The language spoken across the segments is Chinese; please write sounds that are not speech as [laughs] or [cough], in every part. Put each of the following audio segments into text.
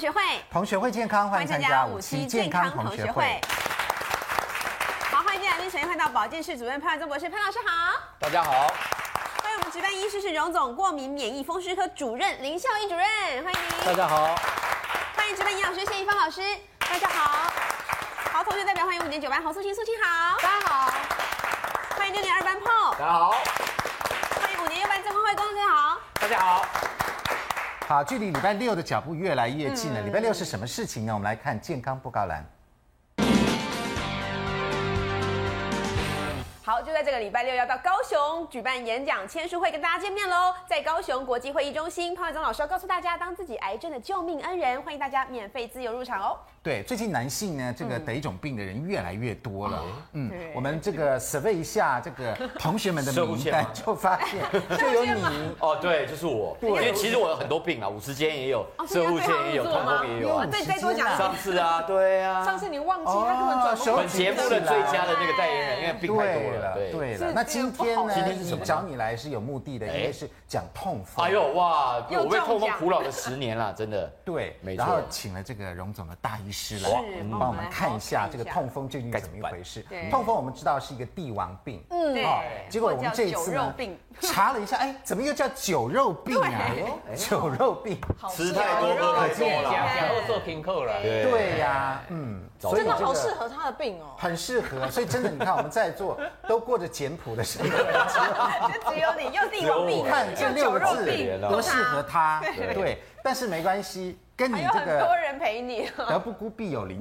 学会，同学会健康，欢迎参加五期健康同学会。好，欢迎进来宾，首先看到保健室主任潘尔宗博士，潘老师好。大家好，欢迎我们值班医师是荣总过敏免疫风湿科主任林孝义主任，欢迎大您。家好，欢迎值班营养师谢一芳老师，大家好。好，同学代表欢迎五点九班侯素琴，素琴好，大家好。欢迎六点二班 Paul，大家好，欢迎五年六班曾慧慧公司好。大家好。好，距离礼拜六的脚步越来越近了。礼拜六是什么事情呢？我们来看健康布告栏。好，就在这个礼拜六要到高雄举办演讲签书会，跟大家见面喽。在高雄国际会议中心，潘伟宗老师要告诉大家，当自己癌症的救命恩人，欢迎大家免费自由入场哦。对，最近男性呢，这个得一种病的人越来越多哦了。嗯对，我们这个 survey 一下这个同学 [laughs] 们的收名钱单吗，就发现就有你。哦，对，就是我，因为其实我有很多病啊，五十肩也有哦，射物线也有，所以要对号入痛座吗风也有啊啊，再再多讲一上遍。次啊，对啊，上次你忘记他根本转不哦手回本来。节目的最佳的那个代言人，因为病太多了，对。对是了。那今天呢？今天是什么你找你来是有目的的，因为是讲痛风。哎呦哇，又我被痛中风奖苦扰了十年了，真的。对，没然后错请了这个荣总的大医师是来嗯帮我帮我们们来看好好一下看一这个下痛风究竟该怎么怎一么办回事对。痛风我们知道是一个帝王病，嗯对结果我们这一次或者叫酒肉呢病，查了一下，哎，怎么又叫酒肉病啊？酒肉病，吃太多喝太多假了，假后做停课了。对对呀，嗯，所以真的这好适个合他的病哦，很适合，所以真的，你看我们在座都过着简朴的生活。就只有你又帝王只有病我你，看这六个字多适合他，对对，但是没关系，跟你还有这很多个人陪你。得不孤必有邻。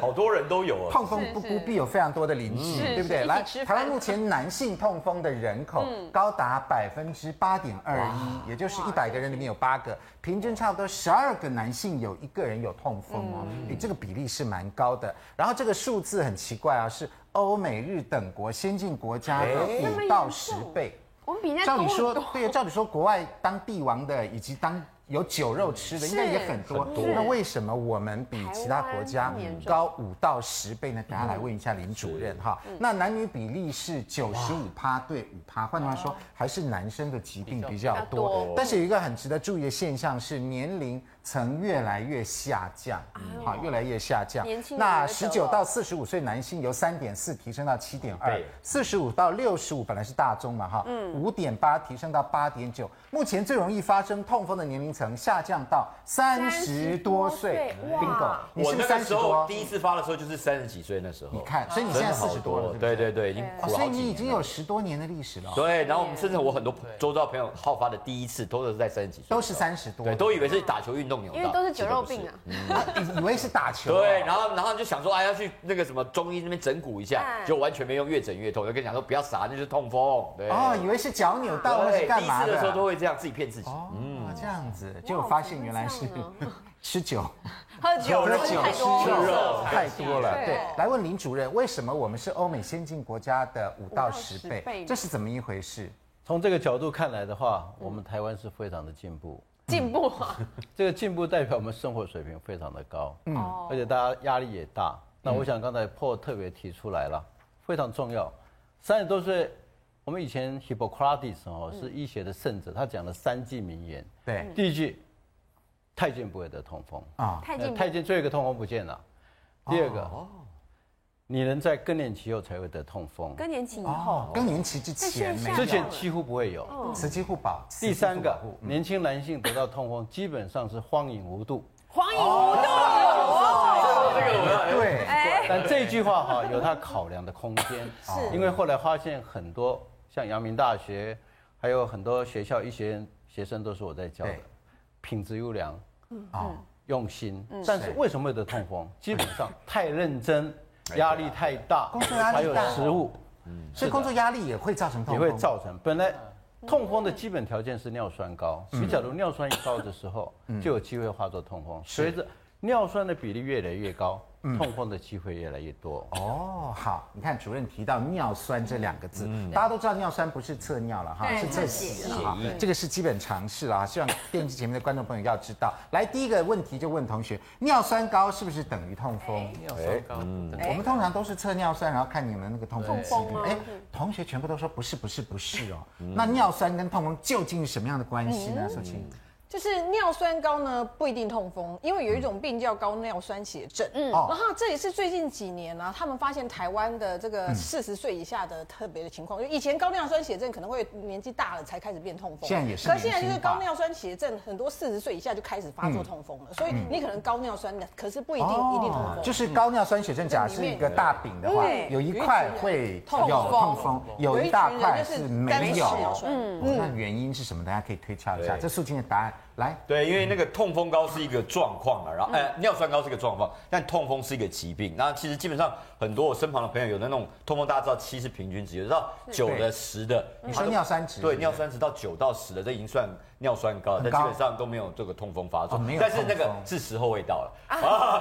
好多人都有啊。痛风不孤必有非常多的邻居，对不对？来，台湾目前男性痛风的人口高达百分之八点二一，也就是一百个人里面有八个，平均差不多十二个男性有一个人有痛风哦，诶这个比例是蛮高的。然后这个数字很奇怪啊，是欧美日等国先进国家的五到十倍。我们比人家照理多说很多， [laughs] 对，照理说，国外当帝王的以及当有酒肉吃的，应该也很多。那为什么我们比其他国家高五到十倍呢？等下嗯来问一下林主任哈。那男女比例是九十五趴对五趴，换句话说，还是男生的疾病比较哦比较多多。但是有一个很值得注意的现象是，年龄层越来越下降，好，越来越下降哎年。轻人那也会十得九哦到四十五岁男性由三点四提升到七点二倍，四十五到六十五本来是大中嘛哈，五点八提升到八点九，目前最容易发生痛风的年龄层下降到三十多岁30多岁，bingo，哇你我是不那是个三十时候多？啊第一次发的时候就是三十几岁那时候，你看，所以你现真在的四好十多了，对不对对对，已经哦苦了所以好几你已年经了有。十多年的历史了哦，对，然后我们甚至我很多周遭朋友好发的第一次都是在三十几岁的时候，都是30多对，都以为是打球运动扭到，因为都是酒肉病啊。以以为是打球哦。对，然后然后就想说，哎，要去那个什么中医那边整骨一下哎，就完全没用，越整越痛。就跟你讲说，不要傻，那就是痛风。对，哦，以为是脚扭到或对，是干嘛第一次的的时候都嗯会这样自己骗自己。哦，这样子，就发现原来是 [laughs] 吃酒。喝酒喝酒太吃多了。肉太多了，对对。来问林主任，为什么我们是欧美先进国家的五到十五到十倍倍？这是怎么一回事？从这个角度看来的话，嗯我们台湾是非常的进步。进步啊，这个进步代表我们生活水平非常的高，嗯，哦而且大家压力也大。那我想刚才 Paul 特别提出来了，非常重要。三十多岁，我们以前 Hippocrates 哦嗯是医学的圣者，他讲了三句名言。对第一句，太监不会得痛风，嗯啊，太呃进步太，监最后一个痛风不见了。第二个，你人在更年期后才会得痛风，更年期以后，哦更年期之前这是没有，之前几乎不会哦有。慈济护保。第三慈济个护保护，年轻男性得到痛风，基本上是荒淫无度。黄影无度哦哎对，但这句话哈、有它考量的空间，是因为后来发现很多像阳明大学，还有很多学校医学院学生都是我在教的对，品质优良，哎哦，用心。但是为什么会得痛风？基本上太认真，压力太大，工作压力还有大食物所以工作压力也会造成痛也风，会造成本来。嗯痛风的基本条件是尿酸高，嗯所以假如尿酸一高的时候，就有机会化作痛风。随着尿酸的比例越来越高，嗯痛风的机会越来越多。哦，好，你看主任提到尿酸这两个字，大家都知道尿酸不是测尿了哈，对是测血了哈，这个是基本常识了啊。希望电视前面的观众朋友要知道。来，第一个问题就问同学，尿酸高是不是等于痛风？尿酸高，我们通常都是测尿酸，然后看你们那个痛风痛风哎，同学全部都说不是不是不是哦。那尿酸跟痛风究竟是什么样的关系呢？素琴，就是尿酸高呢不一定痛风，因为有一种病叫高尿酸血症。嗯，嗯哦然后这也是最近几年啊，他们发现台湾的这嗯个四十岁以下的特别的情况，就以前高尿酸血症可能会年纪大了才开始变痛风，现在也是可现在就年是轻化嗯高尿酸血症，很多四十岁以下就开始发作痛风了，所以你可能高尿酸的，可是不一定、一定痛风。哦就是高尿酸血症，假设一个大饼的话，嗯有一块会痛有风痛风，有一大块是没有一群人就是有单指尿。酸嗯，那原因是什么？大家可以推敲一下。对这素清的答案，来，对，因为那个痛风高是一个状况啊，然后嗯哎、尿酸高是一个状况，但痛风是一个疾病。那其实基本上很多我身旁的朋友，有的那种痛风，大家知道七是平均值，有的到九对的、十的，你他说都尿酸值对，对尿酸值到九到十的，这已经算尿酸高了，很但高基本上都没有这个痛风发作。哦没有但是那痛个风是时候未到了啊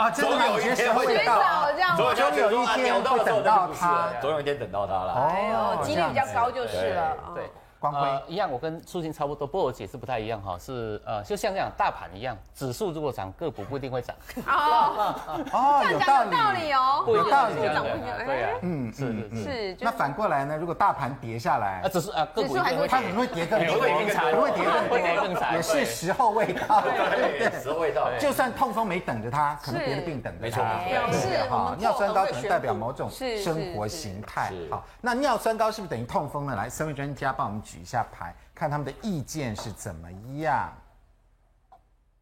啊真的吗总有一天你觉得会时候未到到啊。这样总有一吗？总有一天天会有说啊鸟到了之后会等到哦那就不是了它总有一天等到它了。哎呦，几率比较高就是了。对哦，光辉呃，一样，我跟素心差不多，不过我解释不太一样哈，是呃，就像这样大盘一样，指数如果涨，个股不一定会涨，哦，哦，有道有道理理。哦，不一定有道理会涨不一定对哎啊，嗯，是是是，是，就那反过来呢？如果大盘跌下嗯来啊，，只是啊，个股一定会它涨很会跌更哎多，会跌更惨会跌更会跌更多，惨也是对时候未到，对对，时候未到。就算痛风没等着他，可能是别的病等着没错他。对对不对是我们哈做尿酸高很会可能选代表股某种是生活形态是。是好，那尿酸高是不是等于痛风呢？来，三位专家帮我们举一下牌，看他们的意见是怎么样。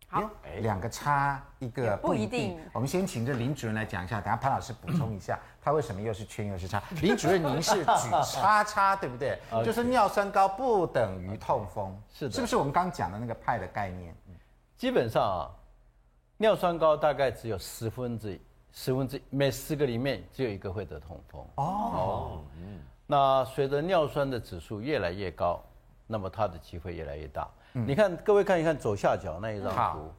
好哟，两个差一个不不一一定定。我们先请这林主任来讲一下，等下潘老师补充 [laughs] 一下，他为什么又是圈又是叉？林主任，您是举叉叉，对不对？呃就是尿酸高不等于痛风，是的是不是我们刚讲的那个派的概念？基本上啊，尿酸高大概只有十分之一，十分之一每十个里面只有一个会得痛风。哦，那随着尿酸的指数越来越高，那么它的机会越来越大。你看，各位看一看左下角那一张好图，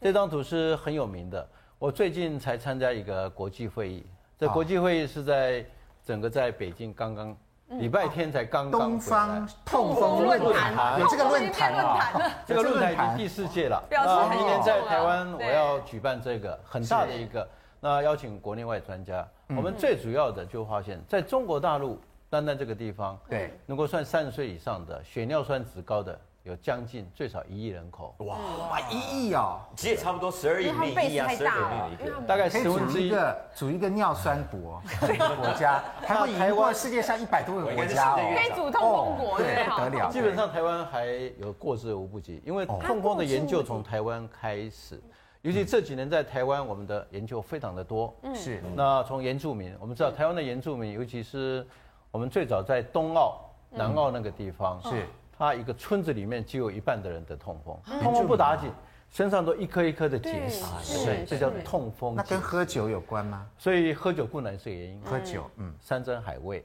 这张图是很有名的。我最近才参加一个国际会议，这好国际会议是在整个在北京刚刚礼拜天才刚刚东回来方痛风论坛哦有这个论坛啊，这个论坛已经第四届了，表示那很明年严在重了台湾我对要举办这个很大的一个，那邀请国内外专家。嗯我们最主要的就发现，在中国大陆单单这个地方，对，能够算三十岁以上的血尿酸值高的有将近最少一亿人口，哇，一亿哦，其实也差不多十二亿因为命它 base 一啊，太十二大了亿命一个。大概可以十分组之一一。个组一个尿酸 [laughs] 国，这个国家还会赢过世界上一百多个国家我应可该哦，以组痛风国对啊对，好得了，基本上台湾还有过之而无不及，因为痛风的研究从台湾开始，尤其这几年在台湾，我们的研究非常的多。是那从原住民，我们知道台湾的原住民，尤其是我们最早在东澳、南澳那个地方，是它一个村子里面就有一半的人得痛风，痛风不打紧，身上都一颗一颗的结石，是对，这叫痛风那结跟。喝酒有关吗？所以喝酒不能是个原因，喝酒，嗯，山珍海味，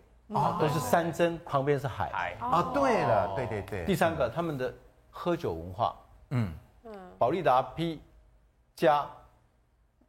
都是山珍，旁边是海。哦，对了，对对对，第三个，他们的喝酒文化，嗯嗯，保利达 P 加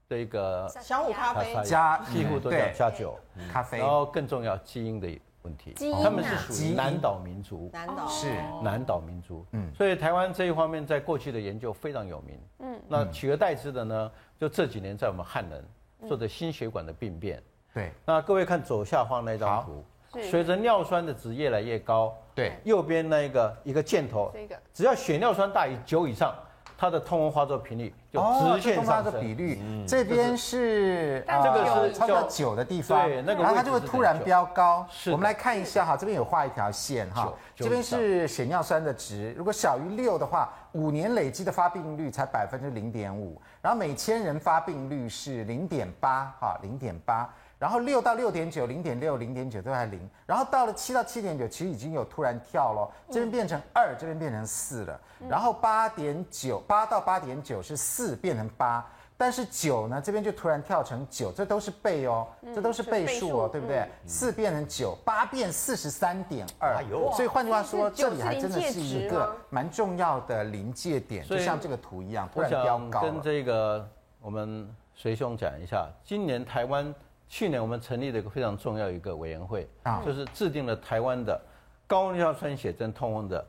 这个小五咖啡茶塞加几乎都叫对加酒。咖啡然后更重要，基因的问题，基因啊他们是属基于因南岛民族，难倒是南岛民族，嗯嗯，所以台湾这一方面在过去的研究非常有名，嗯，那取而代之的呢，就这几年在我们汉人做的心血管的病变。对那各位看左下方那张图，随着尿酸的值越来越高，对，右边那一个一个箭头，这个只要血尿酸大于九以上，它的痛风发作频率就哦，直这线东方上的升。嗯比率，这边是但这个呃是超叫到九的地方，对那个然后它位置就会是突然在九飙高。是的我们来看一下哈，这边有画一条线哈，九这边九以上是血尿酸的值，如果小于六的话，五年累积的发病率才百分之零点五，然后每千人发病率是零点八哈，零点八。然后六到六点九、零点六、零点九都还零，然后到了七到七点九，其实已经有突然跳咯，这边变成二，这边变成四了。然后八点九，八到八点九是四变成八，但是九呢，这边就突然跳成九，这都是倍哦，这都是倍数哦，对不对？四变成九，八变四十三点二哎，呦所以换句话说，这这是里还真的是一临界值吗个蛮重要的临界点，所就以像这个图一样，突我然飙想高跟了。这个我们随兄讲一下，今年台湾去年我们成立了一个非常重要一个委员会，啊就是制定了台湾的高尿酸血症痛风的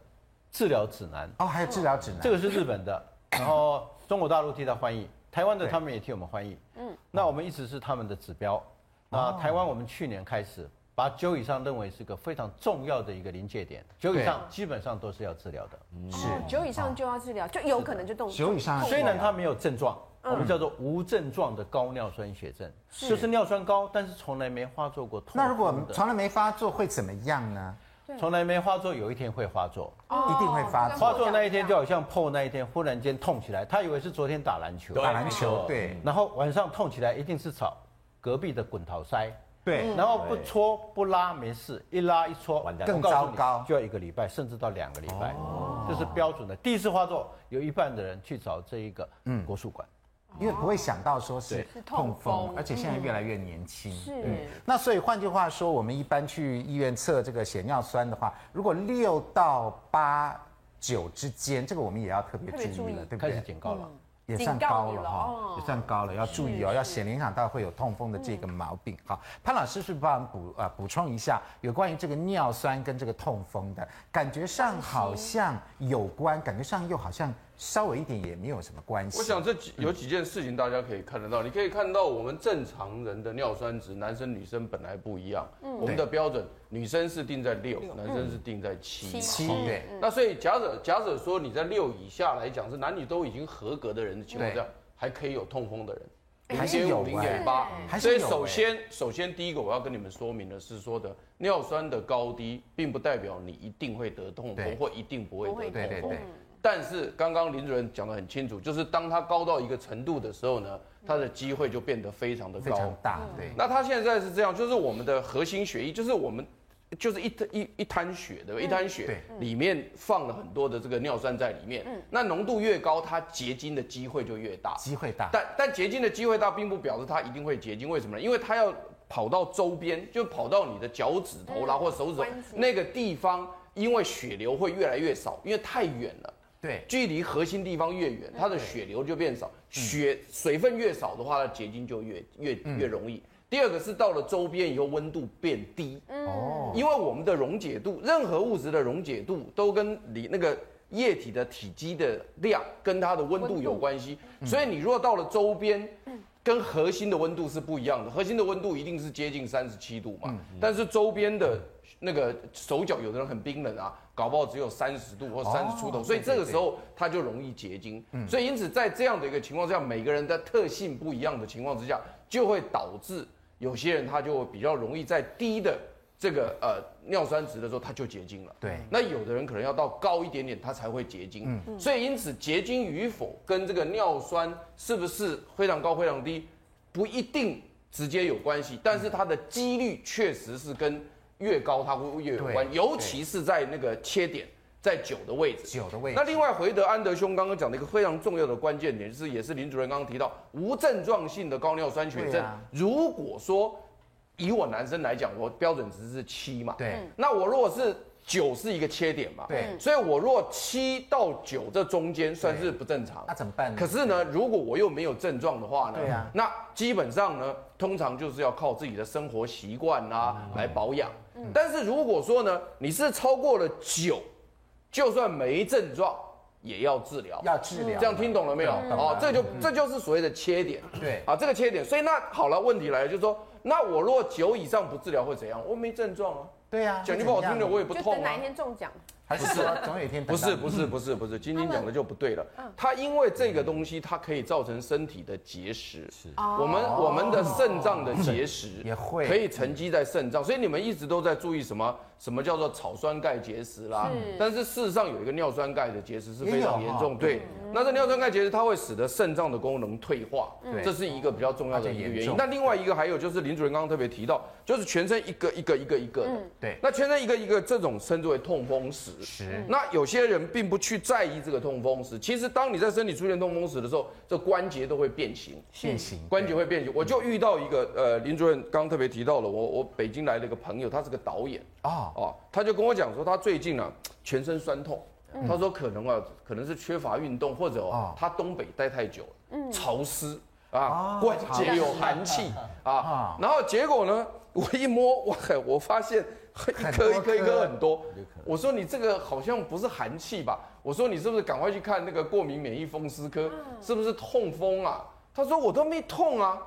治疗指南，哦，还有治疗指南，这个是日本的，然后中国大陆替他翻译，台湾的对他哦们也替我们翻译，嗯，那我们一直是他们的指标。那台湾我们去年开始把九以上认为是个非常重要的一个临界点，九以上基本上都是要治疗的。是九以上就要治疗，就有可能就动九以上痛虽然它没有症状，我们叫做无症状的高尿酸血症，嗯就是尿酸高，但是从来没发作过痛风的。那如果从来没发作会怎么样呢？从来没发作，有一天会发作。一定哦会发发作。作那一天就好像破那一天忽然间痛起来，他以为是昨天打篮球，打篮球，对然后晚上痛起来一定是吵隔壁的滚桃塞，对，然后不搓不拉没事，一拉一搓完蛋我告诉你更糟糕哦就要一个礼拜甚至到两个礼拜，这是标准的。第一次发作，有一半的人去找这一个嗯国术馆。因为不会想到说是痛风风，而且现在越来越年轻。嗯是那所以换句话说，我们一般去医院测这个血尿酸的话，如果六到八九之间，这个我们也要特别特别注意注了，意对不开对？始哦警告了。也算高了哈，也算高了，要注意哦，要显影响到会有痛风的这个毛病。好，潘老师是不是帮我们补啊补充一下有关于这个尿酸跟这个痛风的感觉上好像有关，感觉上又好像稍微一点也没有什么关系。我想这几有几件事情大家可以看得到，你可以看到我们正常人的尿酸值，男生女生本来不一样，我们的标准女生是定在嗯六，男生是定在七。嗯七对那所以假设假设说你在六以下来讲是男女都已经合格的人的情况对下，还可以有痛风的人。还是有零哎点八，还所是有以哎首先，首先第一个我要跟你们说明的是说的尿酸的高低，并不代表你一定会得痛对风或一定不会不会对得对痛风对。，但是刚刚林主任讲得很清楚，就是当它高到一个程度的时候呢，它的机会就变得非常的非高嗯常。大对。那它现在是这样，就是我们的核心血液，就是我们就是一一一滩血，嗯对吧？一滩血里面放了很多的这个尿酸在里面，嗯那浓度越高，它结晶的机会就越大。机会大，但但结晶的机会大，并不表示它一定会结晶。为什么呢？因为它要跑到周边，就跑到你的脚趾头啦、或手指嗯头关节那个地方，因为血流会越来越少，因为太远了。对哎嗯距离核心地方越远，它的血流就变少，血水分越少的话，它结晶就越越越容易。第二个是到了周边以后，温度变低，哦，因为我们的溶解度，任何物质的溶解度都跟你那个液体的体积的量跟它的温度有关系。嗯所以你如果到了周边，跟核心的温度是不一样的，核心的温度一定是接近三十七度嗯嘛，但是周边的那个手脚，有的人很冰冷啊，搞不好只有三十度或三十出头，所以哦对这个对嗯时候它就容易结晶。所以因此在这样的一个情况下，每个人的特性不一样的情况之下，就会导致有些人他就比较容易在低的这个呃尿酸值的时候，它就结晶了。对那有的人可能要到高一点点，它才会结晶。嗯所以因此结晶与否跟这个尿酸是不是非常高、非常低，不一定直接有关系，但是它的几率确实是跟越高它会越有关，对尤其是在那个切点。在九的位置，九的位置那另外，回德安德兄刚刚讲的一个非常重要的关键点，是也是林主任刚刚提到无症状性的高尿酸血对症啊。如果说以我男生来讲，我标准值是七嘛，对，那我如果是九是一个缺点嘛，对嗯所以我如果七到九这中间算是不正常，那怎么办呢可是呢，如果我又没有症状的话呢，对啊那基本上呢，通常就是要靠自己的生活习惯啊嗯来保养。但是如果说呢，你是超过了九，就算没症状也要治疗，要治疗，嗯这样听懂了没有？懂嗯哦，这就这就是所谓的切点。对啊，这个切点。所以那好了，问题来了，就是说，那我如果九以上不治疗会怎样？我没症状啊。对啊，讲句不好听的，我也不就痛等哪啊一。天中奖，还是说总有一天不等到是不是不是不是，晶晶讲的就不对了。它因为这个东西，它可以造成身体的结石。是，我们我们的肾脏的结石嗯也会可以沉积在肾脏，所以你们一直都在注意什么什么叫做草酸钙结石啦。但是事实上有一个尿酸钙的结石是非常也有严哈重，对。那这尿酸钙结石它会使得肾脏的功能退化，这是一个比较重要的一个嗯而且原严因重。那另外一个还有就是林主任刚刚特别提到，就是全身一个一个一个一个的。对那全身一个一个这种称之为痛风石。十那有些人并不去在意这个痛风石。其实，当你在身体出现痛风石的时候，这关节都会变形，变形关节会变形。我就遇到一个呃，林主任刚刚特别提到了，我我北京来了一个朋友，他是个导演哦，哦，他就跟我讲说，他最近啊全身酸痛，他说可能啊可能是缺乏运动，或者哦哦他东北待太久了，潮湿啊，关节有寒气啊，然后结果呢， [laughs] 我一摸，我我发现一颗一颗一颗很多，我说你这个好像不是寒气吧？我说你是不是赶快去看那个过敏免疫风湿科，是不是痛风啊？他说我都没痛啊。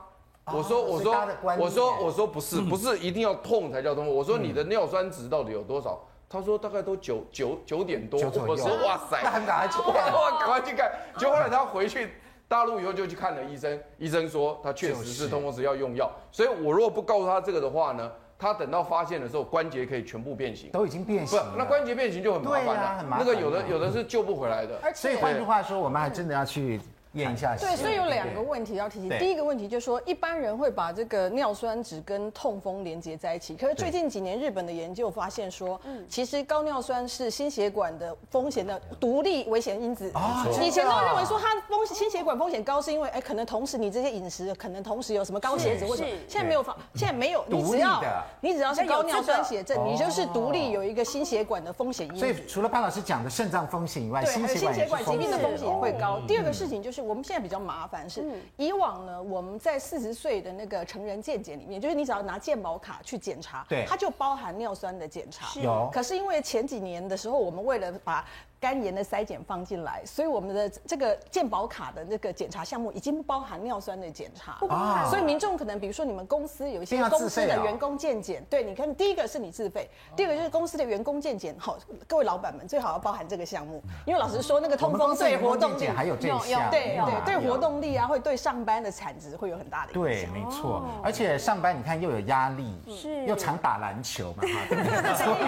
我说我所以说大家的观念我说我说嗯不是不是一定要痛才叫痛风，我说你的尿酸值到底有多少？他说大概都九九九点多，九左右我说哇塞，那很赶快去看我赶快去看。结果后来他回去大陆以后就去看了医生，医生说他确实就是是痛风时要用药，所以我如果不告诉他这个的话呢，他等到发现的时候关节可以全部变形，都已经变不形了，，那关节变形就很麻烦对啊了很，麻那烦个有的啊有的是救不回来的。而所以且换句话说，我们还真的要去验一下血。对，所以有两个对不对问题要提醒对。第一个问题就是说，一般人会把这个尿酸值跟痛风连接在一起。可是最近几年日本的研究发现说，嗯其实高尿酸是心血管的风险的独立危险因子。啊真的啊以前都认为说它风心血管风险高是因为哎，可能同时你这些饮食可能同时有什么高血脂是或者是现在没有发，现在没有，你独只立要的你只要是人家有高这尿个酸血症，你就是独立有一个心血管的风险因子。哦所以除了潘老师讲的肾脏风险以外，对，还有心血血管管疾病的风险也会高。高。第二个事情就是我们现在比较麻烦是，以往呢我们在四十岁的那个成人健检里面，就是你只要拿健保卡去检查，对它就包含尿酸的检查。是有可是因为前几年的时候，我们为了把肝炎的筛检放进来，所以我们的这个健保卡的那个检查项目已经包含尿酸的检查，含所以民众可能比如说你们公司有一一定些要自公司费的哦员工健检，对，你看第一个是你自费，第二个就是公司的员工健检，好，各位老板们最好要包含这个项目，因为老实说那个我通们风公司对员活工动健力检还有这一项，对有啊对对有活动力啊，会对上班的产值会有很大的影响。对，没错，哦而且上班你看又有压力，是又常打篮球嘛， [laughs] 哈对不对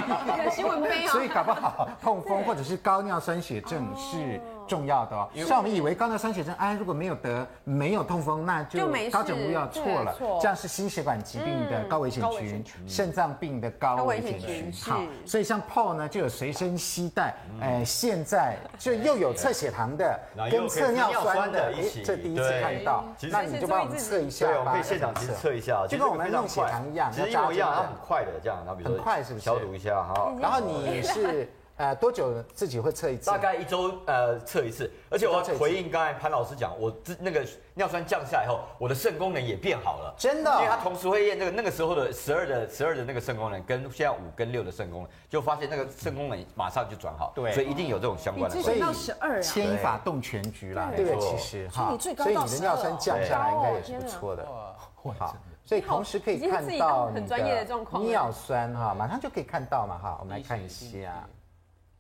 可惜我没有 [laughs] 所以搞不好痛风或者是高尿酸血症是重要的哦。像我们以为高尿酸血症，哎，如果没有得没有痛风，那就就没事高枕无药错了对错，这样是心血管疾病的高危险高危群险，肾脏病的高危险高危险群群。好，所以像 Paul 呢就有随身携带，哎，现在就又有测血糖的嗯那又跟有测尿酸的可以测尿酸的，一哎起这第一次对看到其，实那你就帮我们测一下对，我吧，们可以现场其实测一下，就跟我们弄血糖一样其实一模一要样，扎针的它很快的这样，然后比如说很快是不是消毒一下哈，然后你是呃多久自己会测一次？大概一周呃测一次，而且我要回应刚才潘老师讲，我自那个尿酸降下来以后，我的肾功能也变好了，真的哦因为它同时会验那个那个时候的十二的十二的那个肾功能跟现在五跟六的肾功能，就发现那个肾功能马上就转好，对所以一定有这种相关的关所以系。二啊牵一发动全局啦，对这个没错其实所以你最高所以到哦你的尿酸12降下来应该也是对不错的。啊好哇，所以同时可以看你好到你自己都很你专业的状况了尿酸哈，马上就可以看到嘛哈，我们来看一下，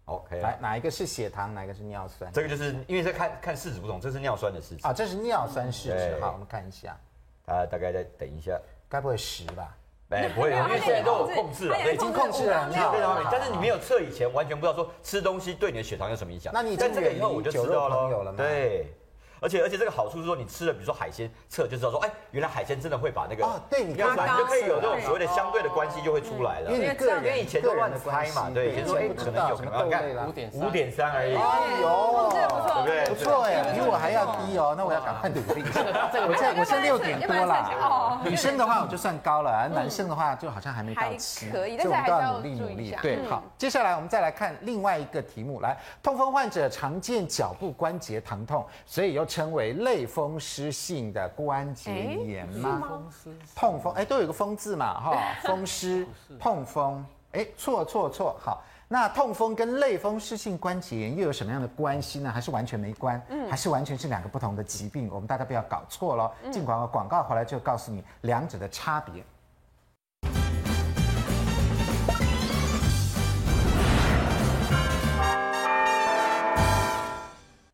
OK，来哪一个是血糖，哪一个是尿酸？这个就是因为在看看试纸不同，这是尿酸的试纸啊，这是尿酸试纸对哈，我们看一下，啊，大概再等一下，该不会十吧？ [laughs] 哎，不会，啊啊因为现在都有控制了，啊他所也以已经经控制了五很到六好非常好好。啊但是你没有测以前，完全不知道说吃东西对你的血糖有什么影响。那你已经在这个以后远离我就知酒肉道朋友了了吗。对，而且而且这个好处是说，你吃了比如说海鲜，测就知道说，哎，原来海鲜真的会把那个哦对你尿刚酸刚嗯就可以有这种对所谓的相对的关系就会出来了。因为你个人因为以前都个乱人的猜嘛，对，以以前前说哎不可知能道有什可么能豆你类啦看五。点五点三而已，哎控制得不呦，错对不对？不错哎，比我还要低哦，那我要赶快努力。 [laughs] 我现在我现在六点多啦，女生的话我就算高了，啊男生的话就好像还没到七，哦还可以所我们都但是还是要要努力注努意一力下。嗯对，好，接下来我们再来看另外一个题目，来，痛风患者常见脚部关节疼痛，所以又称为类风湿性的关节炎吗？痛风，哎，都有个风字嘛， [laughs] 哈，风湿、痛风，哎，错错错，好。那痛风跟类风湿性关节炎又有什么样的关系呢？还是完全没关？还是完全是两个不同的疾病？我们大家不要搞错了。进广告，广告回来就告诉你两者的差别。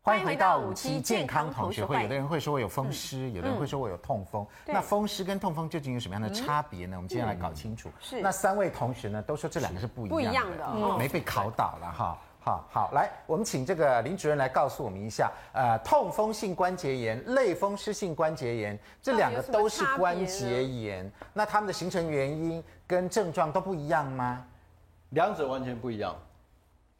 欢迎回到五期健康同学会。有的人会说我有风湿，有的人会说我有痛风。那风湿跟痛风究竟有什么样的差别呢？我们今天来搞清楚。是那三位同学呢，都说这嗯两个是不一样的，哦不一样的哦没被考倒了哈。好好，来，我们请这个林主任来告诉我们一下，呃，痛风性关节炎、类风湿性关节炎这两个都是关节炎，那它们的形成原因跟症状都不一样吗？两者完全不一样。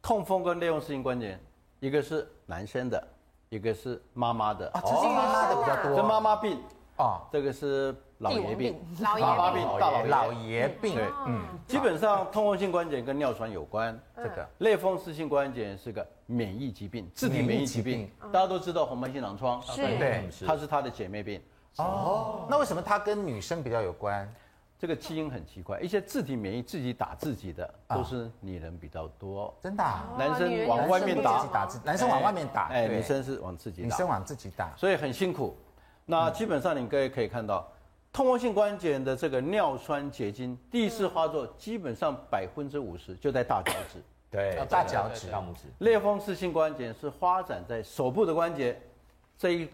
痛风跟类风湿性关节，一个是男生的，一个是妈妈的。哦啊，这是妈妈的比较多，这妈妈病，哦，这个是老爷病，老爷爸爸病病，大老爷。老爷病，对，嗯，基本上痛风性关节跟尿酸有关，这个类风湿性关节是个免疫疾病，自体免疫疾免疫病。大家都知道红斑性狼疮，啊是对它是它的姐妹病。哦，那为什么它跟女生比较有关？这个基因很奇怪，一些自体免疫自己打自己的都是女人比较多，真的啊、男哦女人生往外面男生自打己，打自，男生往外面打，哎，对女生是往自己女打生，往自己打，所以很辛苦。那基本上你各位可以看到，痛风性关节炎的这个尿酸结晶第一次发作，基本上百分之五十就在大脚趾。哦对啊大脚趾大拇指，类风湿性关节炎是发展在手部的关节这一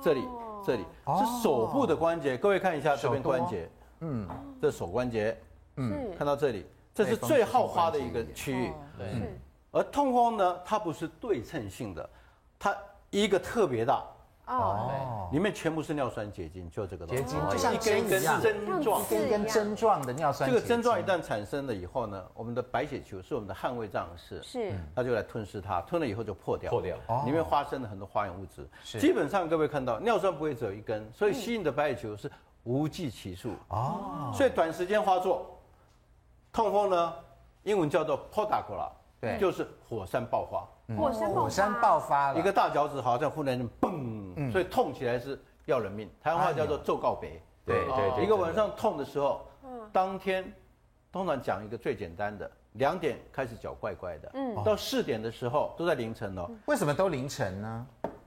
这里这里哦是手部的关节，各位看一下这边手多关节，嗯，这手关节，嗯，看到这里，这是最好发的一个区域。嗯对，而痛风呢，它不是对称性的，它一个特别大，哦，哦，里面全部是尿酸结晶，就这个东西结晶哦就像一根一根针一样针状像。一根根针状的尿酸这结个晶，症状一旦产生了以后呢，我们的白血球是我们的捍卫战士，是它就来吞噬它，吞了以后就破掉，破掉哦里面发生了很多化学物是质。基本上各位看到，尿酸不会只有一根，嗯所以吸引的白血球是无计其数。哦，所以短时间发作，痛风呢，英文叫做 podagra，对就是火山爆发，火山爆嗯火山发哦爆发了，一个大脚趾好像忽然间嘣，嗯所以痛起来是要人命，台湾话叫哎做奏告别。对哦对对一个晚上痛的时候，当天通常讲一个最简单的，两点开始脚怪怪的，哦到四点的时候都在凌晨哦，为什么都凌晨呢？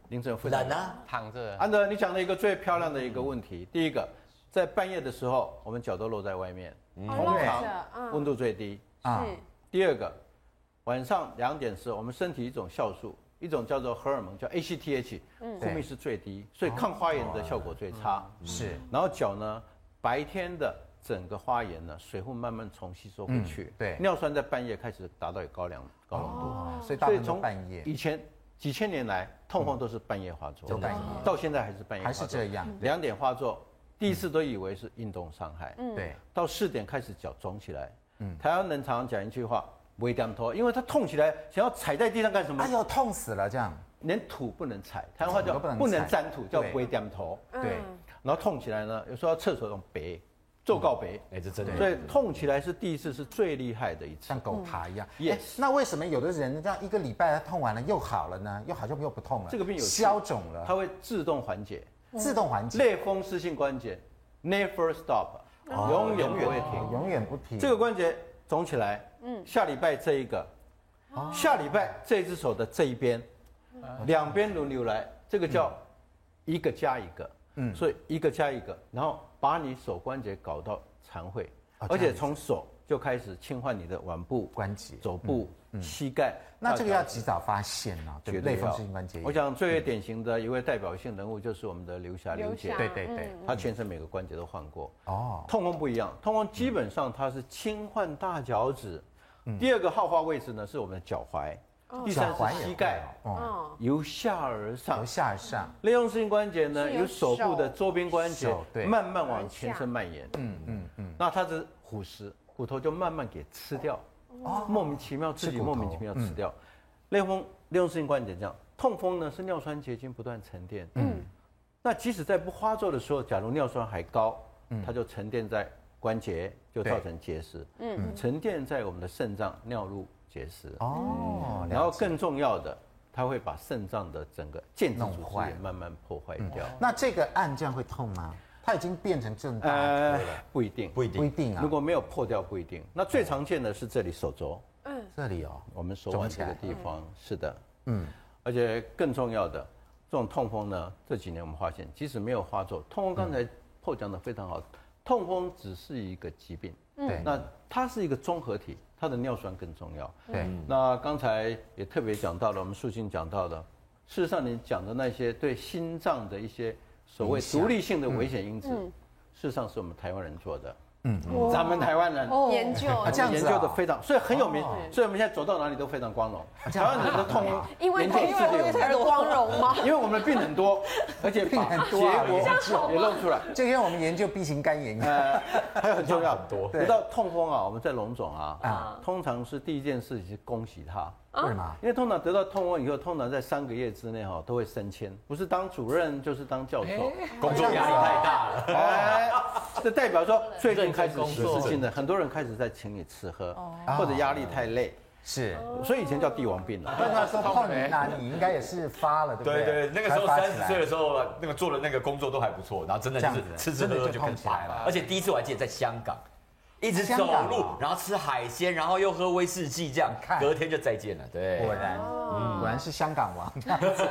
凌晨非常懒啊，躺着安德，你讲了一个最漂亮的一个问题。第一个，在半夜的时候，我们脚都露在外面，通露常着嗯温度最低。啊，是第二个，晚上两点时，我们身体一种酵素，一种叫做荷尔蒙，叫 ACTH，对分泌是最低，所哦以抗发炎的效果最差。嗯是然后脚呢，白天的整个发炎呢，水分慢慢重吸收回去嗯，对尿酸在半夜开始达到高粱高浓度。哦，所以大部所以分都从半夜，以前几千年来，痛风都是半夜发作，都半夜到现在还是半夜发还作，是这样两点发作，第一次都以为是运动伤害，对，到四点开始脚肿起来。嗯台湾人常常讲一句话，不会点头，因为他痛起来，想要踩在地上干什么哎？呦，痛死了这样，连土不能踩，台湾话叫土都不能不能踩沾土，叫对不会点头。对，然后痛起来呢，有时候厕所用白，做告白，哎，这真所的，以痛起来是第一次，是最厉害的一次像。狗爬一样。嗯哎 Yes 那为什么有的人这样一个礼拜痛完了又好了呢？又好像又不痛了，这个病有趣消肿了，它会自动缓解。自动缓解，类风湿性关节 never stop，、永远不会停。哦永远不停。这个关节肿起来，嗯，下礼拜这一个，哦下礼拜这只手的这一边，嗯两边轮流来，这个叫一个加一个，嗯，所以一个加一个，然后把你手关节搞到残废，哦这而样且子从手就开始侵犯你的腕部、关节肘部、膝盖。嗯那这个要大脚及早发现啊，对绝不对？对类风要湿性关节炎，嗯我想最为典型的一位代表性人物就是我们的刘霞刘姐刘霞，对对对，她全身每个关节都换过。哦，痛风不一样，痛风基本上它是侵犯大脚趾，第二个好发位置呢是我们的脚踝，第嗯三脚踝是也膝会盖，哦，哦，由下而上由。下而上，类风湿性关节呢，是由由手部的周边关节手对慢慢往全身蔓延，嗯嗯嗯，那它是腐蚀，骨头就慢慢给吃掉，莫名其妙自己吃骨头嗯莫名其妙吃掉。类风类风湿性关节这样，痛风呢是尿酸结晶不断沉淀，嗯，那即使在不发作的时候，假如尿酸还高，嗯它就沉淀在关节，就造成结石，嗯，沉淀在我们的肾脏尿路结石，哦，嗯然然后后更重要的，它会把肾脏的整个建筑弄组织坏也慢慢破坏掉。那这个按这样会痛吗？它已经变成嗯正大呃了，，不一定，不一不一定，定啊。如果没有破掉不一定。那最常见的是这里手肘，这里哦，我们手腕肿起这来个地方，是的，嗯，而且更重要的，这种痛风呢，这几年我们发现，即使没有发作，痛风刚才破讲的非常好，痛风只是一个疾病，嗯对那它是一个综合体，它的尿酸更重要。嗯对，那刚才也特别讲到了，我们素心讲到的，事实上你讲的那些对心脏的一些所谓独立性的危险因子，嗯事实上是我们台湾人做的，嗯，咱们台湾人。研究啊这样研子究的啊，非常，所以很有名，所以我们现在走到哪里都非常光荣。这台样湾人的痛啊风，因为研究同世界有学才光荣吗？因为我们的病很多，而且把病很结多啊果研究也露出来。今天我们研究 B 型肝炎，呃，还有很重要很多你知道痛风啊，我们在龙总啊，啊通常是第一件事情是恭喜他，为什么？因为通常得到痛风以后，通常在三个月之内哈、都会升迁，不是当主任就是当教授。工作压力太大了，哎，这代表说最近开始认实真工事作情的，很多人开始在请你吃喝，哦或者压力太累，是，所以以前叫帝王病了。但他说碰你那你应该也是发了，对不对对？对，那个时候才发三起十来岁的时候，那个做的那个工作都还不错，然后真的就这是样子吃吃喝喝就开真的就始胖起来发了了，而且第一次我还记得在香港，一直香走港路啊，然后吃海鲜，然后又喝威士忌，这样你看隔天就再见了。啊对，果然，哦果然是香港王，这样 [laughs] 子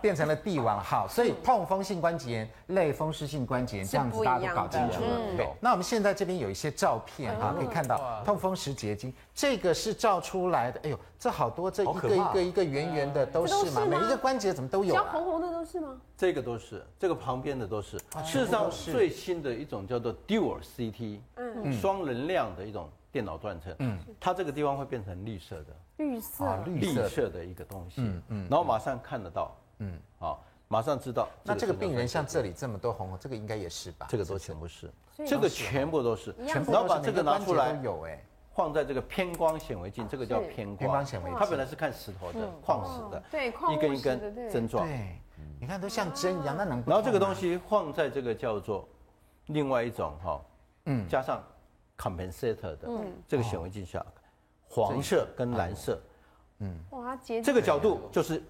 变成了帝王。好，所以痛风性关节炎、类风湿性关节炎这样子大家都搞清是楚不一了样的。嗯对，那我们现在这边有一些照片哈，可以看到痛风时结晶，这个是照出来的。哎呦，这好多，这一好可个一怕个一个圆圆的都这都是是吗嘛，每一个关节怎么都有像啊？红红的都是吗？这个都是，这个旁边的都是。事实上，最新的一种叫做 Dual CT，双嗯能量的一种电脑断层，它这个地方会变成绿色的，绿色，啊，嗯绿绿色的。嗯色的一个东西，然后马上看得到，嗯，好，马上知道。那这个是尿病人像酸血这里这么多红红，这个应该也是吧？这个都全部是所以，这个全部都是，全部然都后是把每这个个拿关出节来都，有哎，放在这个偏光显微镜，这个叫是嗯偏光，偏光显微镜它本来是看石头的、矿石的，哦对矿一根物一质的对根针状。对，你看都像针一样，那能不然后这个痛东吗西放在这个叫做另外一种哈，嗯，加上 compensator 的这个显微镜哦下，黄色跟蓝色，哇，结这个角度就是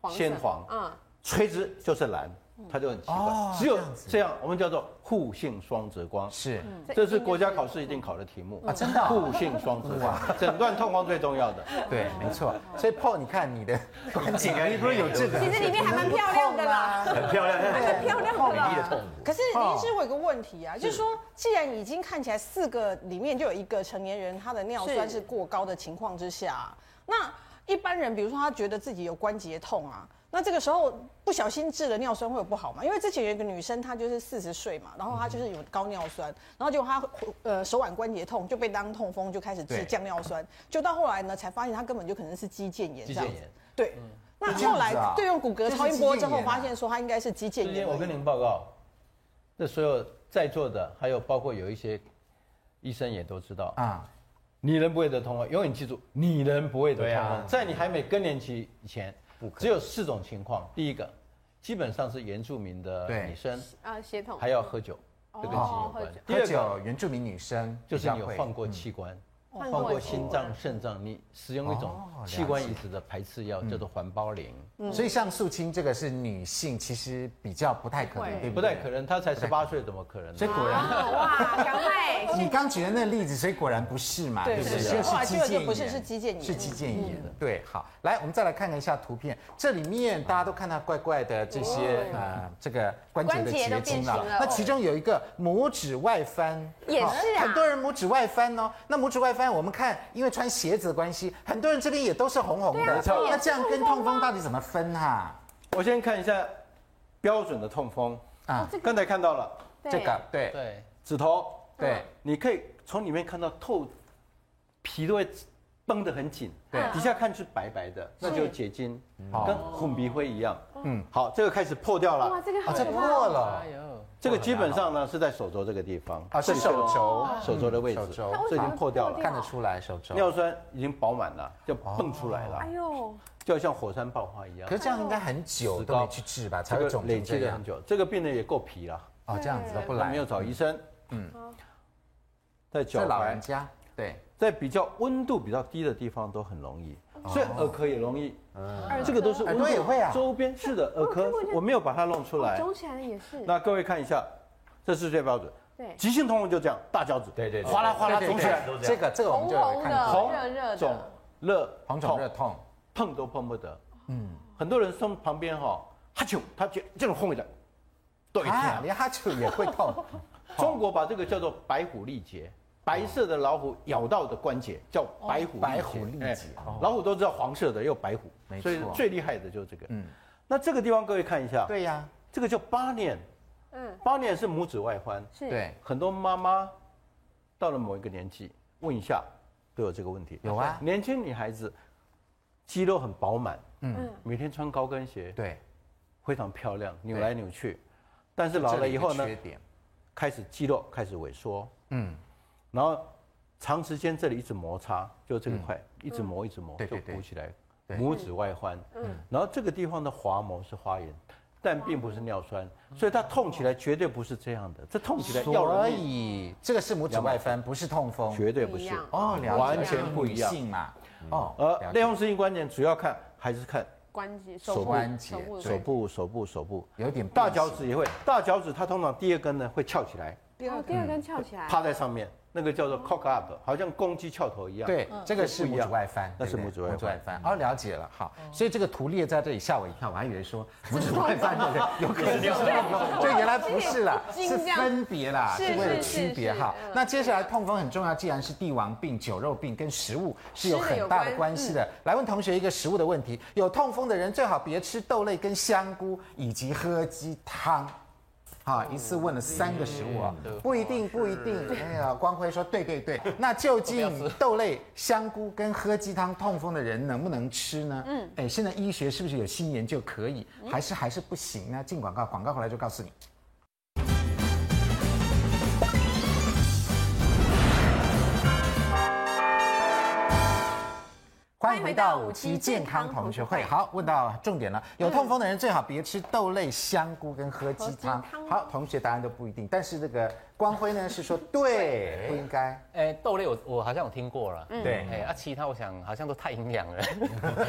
黄色鲜嗯黄，嗯嗯，垂直就是蓝，它就很奇怪哦。只有这样子这样，我们叫做互性双折光。是这是国家考试一定考的题目啊真的啊互性双折光，诊断痛风最重要 [laughs] 的。对，没错。所以 Paul，你看你的关节， [laughs] 你不是有这个？其实里面还蛮漂亮的啦，很漂亮， [laughs] 还蛮漂亮的美丽的啦。痛苦。可是林医师，我有个问题啊，就是说，既然已经看起来四个里面就有一个成年人他的尿酸是是过高的情况之下，那一般人比如说他觉得自己有关节痛啊，那这个时候不小心治了尿酸会有不好吗？因为之前有一个女生她就是四十岁嘛，然后她就是有高尿酸，然后结果她呃手腕关节痛就被当痛风就开始治对降尿酸，就到后来呢才发现她根本就可能是肌腱炎肌这腱样子炎，对。那这样后来子啊对用骨骼这是超音肌波腱之后，炎啊发现说她应该是肌腱今天炎而已。我跟您报告，这所有在座的，还有包括有一些医生也都知道啊，啊，女人不会得痛风，永远记住，女人不会得啊痛风，在你还没更年期以前，只有四种情况。第一个，基本上是原住民的对女生，啊，血统还要喝酒，这跟基因有哦喝关酒。第喝二个酒，原住民女生就是比较你有会嗯换过器官。换换过血心脏、肾脏，你使用一种哦了解器官移植的排斥药，叫做环孢灵，嗯所以像素清这个是女性，其实比较不太可能，会对不对太可。能。她才十八岁，怎么可能呢？所以果然，啊哇，赶快你刚举的那例子，所以果然不是嘛，对对不对？是就是后来肌结果就腱不是炎是肌腱炎是肌腱炎。对，好，来，我们再来看看一下图片，这里面大家都看到怪怪的这些呃，这个关节的关节都结变晶形了那其中有一个拇指外翻，也是啊很多人拇指外翻哦。那拇指外翻，我们看，因为穿鞋子的关系，很多人这边也都是红红的，那这样跟痛风到底怎么分哈？我先看一下标准的痛风，哦啊，刚才看到了这个对对，指头，对你可以从里面看到透，皮都会绷得很紧，对底下看是白白的，那就是结晶，好跟混鼻灰一样。嗯，好，这个开始破掉哇，了，这个啊，好这可破怕。了哎呦，这个基本上呢是在手肘这个地方，啊，是手肘，手肘的位手置，肘这已经破掉了，看得出来手肘。尿酸已经饱满了，就蹦出来了哎，呦，就像火山爆发一样哦可。是这样应该很久石都膏没去治吧，才会肿累成积这了样很。久，这个病人也够皮了，哦，这样子都不他来，没有找医生，好嗯，在脚这老踝人。家对，在比较温度比较低的地方都很容易，所以耳壳也容易，嗯这个都是哦耳温朵度也会啊周边是的，耳壳我没有把它弄出哦来。肿起来的也是。那各位看一下，这是最标准。对，急性痛风就这样，大脚趾，对对对哗啦哗啦对肿起来，都这样这个这个我们就有红红的看过，红热热的肿热红肿痛热痛，碰都碰不得。嗯，很多人从旁边哈哈啾，他就这种晃一下，对啊，天。连哈欠也会痛，中国把这个叫做白虎力竭，白色的老虎咬到的关节叫白虎力竭、哦白虎力竭哎哦老虎都知道黄色的，又白虎没，错所以最厉害的就是这个。嗯嗯，那这个地方各位看一下，对呀，这个叫八年，嗯，八年是拇指外翻，是，对，很多妈妈到了某一个年纪，问一下都有这个问题。有啊年轻女孩子肌肉很饱满，嗯，每天穿高跟鞋，对，非常漂亮，扭来扭去，但是老了以后这呢里有，个缺点，开始肌肉开始萎缩，嗯，然后长时间这里一直摩擦，就这个块、一直磨一直磨，嗯对就对对鼓起来，对嗯拇指外翻。然后这个地方的滑膜是花炎，但并不是尿酸，所以它痛起来绝对不是这样的，这痛起来要嗯所容易，以这个是拇指外翻，不是痛风，绝对不不一是。样哦，了解完全不一样呃女性嘛，哦，而了解类风湿性关节主要看还是看关节、手部关节部的手部、手部、手部，有点大变脚形趾也会，大脚趾它通常第二根呢会翘起来，第二哦，嗯第二根翘起来，趴在上面，那个叫做 cock up，好像公鸡翘头一样。对，嗯这个是不一拇指样外翻，那是对不对拇指外翻嗯拇指外翻。哦，了解了，好，所以这个图列在这里吓我一跳，我还以为 [laughs] 说拇指外翻的人有可能是痛风，就原来不 [laughs] 是啦，有一是点分别啦，是是为了是是区别是哈嗯。那接下来痛风很重要，既然是帝王病、酒肉病，跟食物是有吃的很有大的关嗯关系的。来问同学一个食物的问题：有痛风的人最好别吃豆类跟香菇，以及喝鸡汤。啊，一次问了三个食物啊，不一定，不一定。哎呀，光辉说对对对，那究竟豆类、香菇跟喝鸡汤痛风的人能不能吃呢？嗯，哎，现在医学是不是有新研究可以，还是还是不行呢？进广告，广告回来就告诉你。欢迎回到五期健康同学会。好，问到重点了，嗯有痛风的人最好别吃豆类、香菇跟喝鸡汤喝鸡汤。好，同学答案都不一定，但是这个光辉呢是说对，不应该。哎，豆类我我好像有听过了，嗯对哎，啊，其他我想好像都太营养了。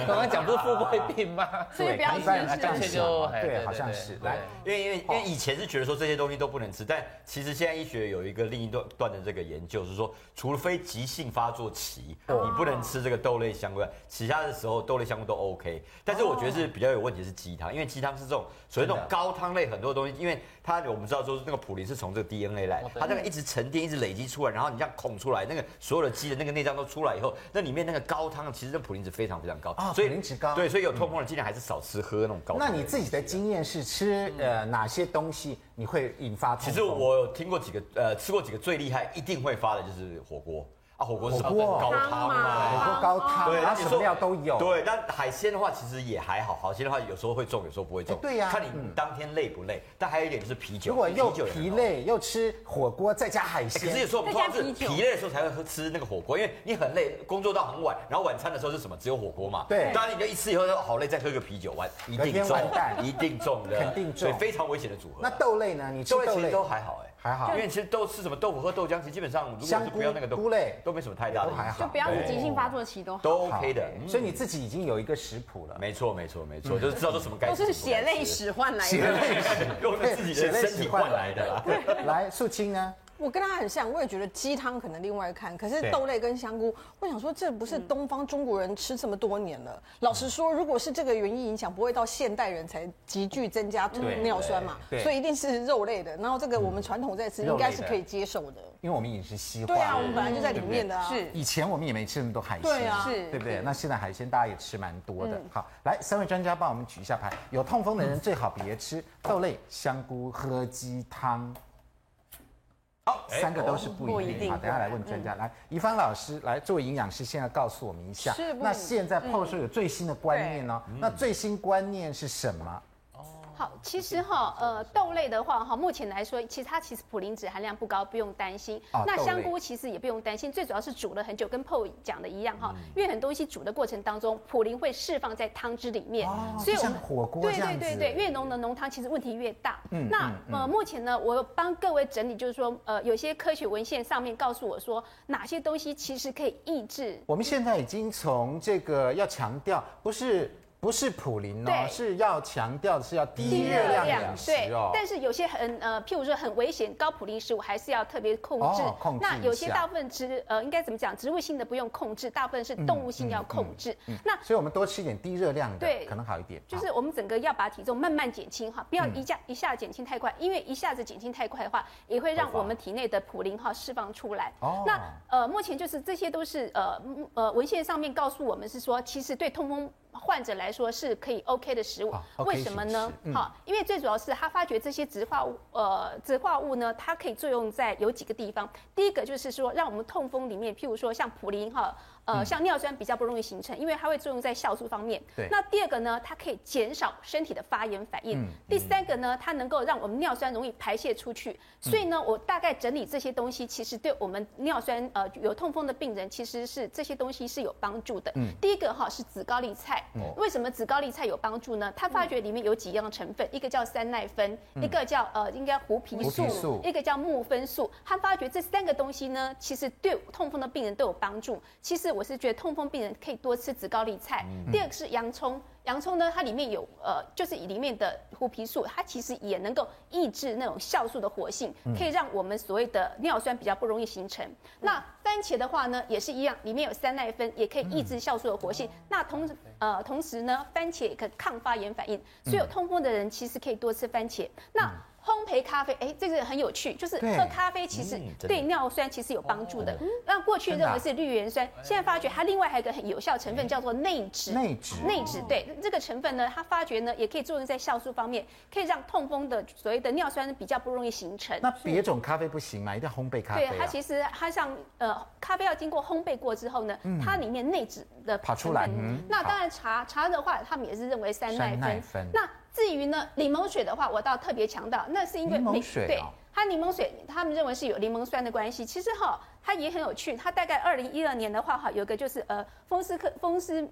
刚刚讲不是富贵病吗？所以不要一般人是吃这样这想样就嘛，哎对对，对好像对是。对来，因为因为哦因为以前是觉得说这些东西都不能吃，但其实现在医学有一个另一段段的这个研究是说，除非急性发作期，哦你不能吃这个豆类香菇，其他的时候豆类香菇都 OK。但是我觉得是比较有问题是鸡汤，因为鸡汤是这种所谓那种高汤类很多东西，因为它我们知道说那个普林是从这个 DNA 来哦，对它那个一直沉淀一直累积出来，然后你这样孔出来，那个所有的鸡的那个内脏都出来以后，那里面那个高汤其实那普林值非常非常高啊，普林值高对，所以有痛风的尽量还是少吃喝那种高汤类那的东西。你自己的经验是吃呃哪些东西你会引发痛嗯其风？实我有听过几个，呃，吃过几个最厉害，一定会发的就是火锅啊，火锅是火锅高汤啊汤嘛嘛，火锅高汤，对，然那后什么料都有。对，但海鲜的话其实也还好，海鲜的话有时候会中，有时候不会中哎。对呀看你当天累不累。但还有一点就是啤酒，如果又啤酒也很疲好。累又吃火锅，再加海哎可是有鲜，时候我们通常再是加啤酒疲累的时候才会喝吃那个火锅，因为你很累，工作到很晚，然后晚餐的时候是什么？只有火锅嘛。对当然你就一吃以后就好累，再喝个啤酒，完一隔天定中 [laughs] 完蛋，一定中的，肯定中所以非常危险的组合。那豆类呢？你吃豆类豆其实类都还好哎、还好因为其实都吃什么豆腐喝豆浆，其实基本上如果香是菇不要那个都菇类都没什么太大的都还影好就响，不要是急性发作期都好。都 OK 的。嗯所以你自己已经有一个食谱了。没错没错没嗯错，就是知道说什么该都吃什是么血该泪吃，史换来血的。泪史， [laughs] 用 [laughs] 了自己血的泪身史体换换来来的的啦。对，来素清呢？我跟他很像，我也觉得鸡汤可能另外看，可是对嗯豆类跟香菇，我想说这不是东方中国人吃这么多年了。老实说，如果是这个原因影响，不会到现代人才急剧增加尿酸嘛对，嗯所以一定是肉类的。然后这个我们传统在吃，肉类应的该是可以接受的。因为我们饮食西化，对啊，我们本来就在里面的啊。是以前我们也没吃那么多海鲜，对啊是对不对？那现在海鲜大家也吃蛮多的。好，来三位专家帮我们举一下牌。有痛风的人最好别吃豆类、香菇、喝鸡汤。好，哎三个都是不不一一定。定好，等一下来问专家。来，怡芳老师，来作为营养师，现在告诉我们一下是，不那现在 PO 说有最新的观念哦，嗯那最新观念是什么？好，其实哈，呃，豆类的话哈，目前来说，其实它其实普林脂含量不高，不用担心。啊那豆类香菇其实也不用担心，最主要是煮了很久，跟 PO 讲的一样哈，嗯因为很多东西煮的过程当中，普林会释放在汤汁里面，哦就像火锅对这样对对子对，越浓的浓汤其实问题越大。嗯那嗯嗯呃，目前呢，我帮各位整理，就是说，呃，有些科学文献上面告诉我说，哪些东西其实可以抑制我们现在已经从这个要强调，不是不是普林哦，对是要强调的是要低低热热量量饮食对哦，。但是有些很呃，譬如说很危险高普林食物，还是要特别控制。哦控制那有些一下大部分植呃，应该怎么讲？植物性的不用控制，大部分是动物嗯性要控制。那所以我们多吃一点低热量的，对可能好一嗯点。就是我们整个要把体重慢慢减轻哈，不要一下、一下减轻太快，因为一下子减轻太快的话，也会让会发我们体内的普林哈释放出来。哦那呃，目前就是这些都是呃嗯呃文献上面告诉我们是说，其实对痛风。患者来说是可以 OK 的食物，啊，OK 为什么呢食？嗯好、因为最主要是他发觉这些植化物，呃，植化物呢，它可以作用在有几个地方。第一个就是说，让我们痛风里面，譬如说像普林哈，嗯呃，像尿酸比较不容易形成，因为它会作用在酵素方面。对那第二个呢，它可以减少身体的发炎反应。嗯第三个呢，它能够让我们尿酸容易排泄出嗯去。所以呢，我大概整理这些东西，其实对我们尿酸呃有痛风的病人，其实是这些东西是有帮助的。嗯第一个哈是紫高丽菜，哦为什么紫高丽菜有帮助呢？它发觉里面有几样成分，一个叫三奈酚，一个叫呃应该胡皮嗯胡皮素素，一个叫木酚素。他发觉这三个东西呢，其实对痛风的病人都有帮助。其实我是觉得痛风病人可以多吃紫高丽菜。第二个是洋葱，洋葱呢，它里面有呃，就是里面的胡皮素，它其实也能够抑制那种酵素的活性，可以让我们所谓的尿酸比较不容易形成。那番茄的话呢，也是一样，里面有三奈酚，也可以抑制酵素的活性。那同呃同时呢，番茄也可以抗发炎反应，所以有痛风的人其实可以多吃番茄。那烘焙咖啡，哎，这个很有趣，就是对喝咖啡其实嗯真的对尿酸其实有帮助的。那过去真的认啊为是绿原酸，现在发觉它另外还有一个很有效成分叫做内酯。内酯内酯对这个成分呢，它发觉呢也可以作用在酵素方面，可以让痛风的所谓的尿酸比较不容易形成。那别种咖啡不行吗？一定要烘焙咖啡、对啊。它其实它像呃咖啡要经过烘焙过之后呢，它里面内酯的嗯跑出成分来嗯那当然茶茶的话，他们也是认为三奈三奈酚。酚那至于呢柠檬水的话，我倒特别强调，那是因为柠檬每水对哦。它柠檬水，他们认为是有柠檬酸的关系。其实哈，它也很有趣。它大概二零一二年的话哈，有个就是呃，风湿科风湿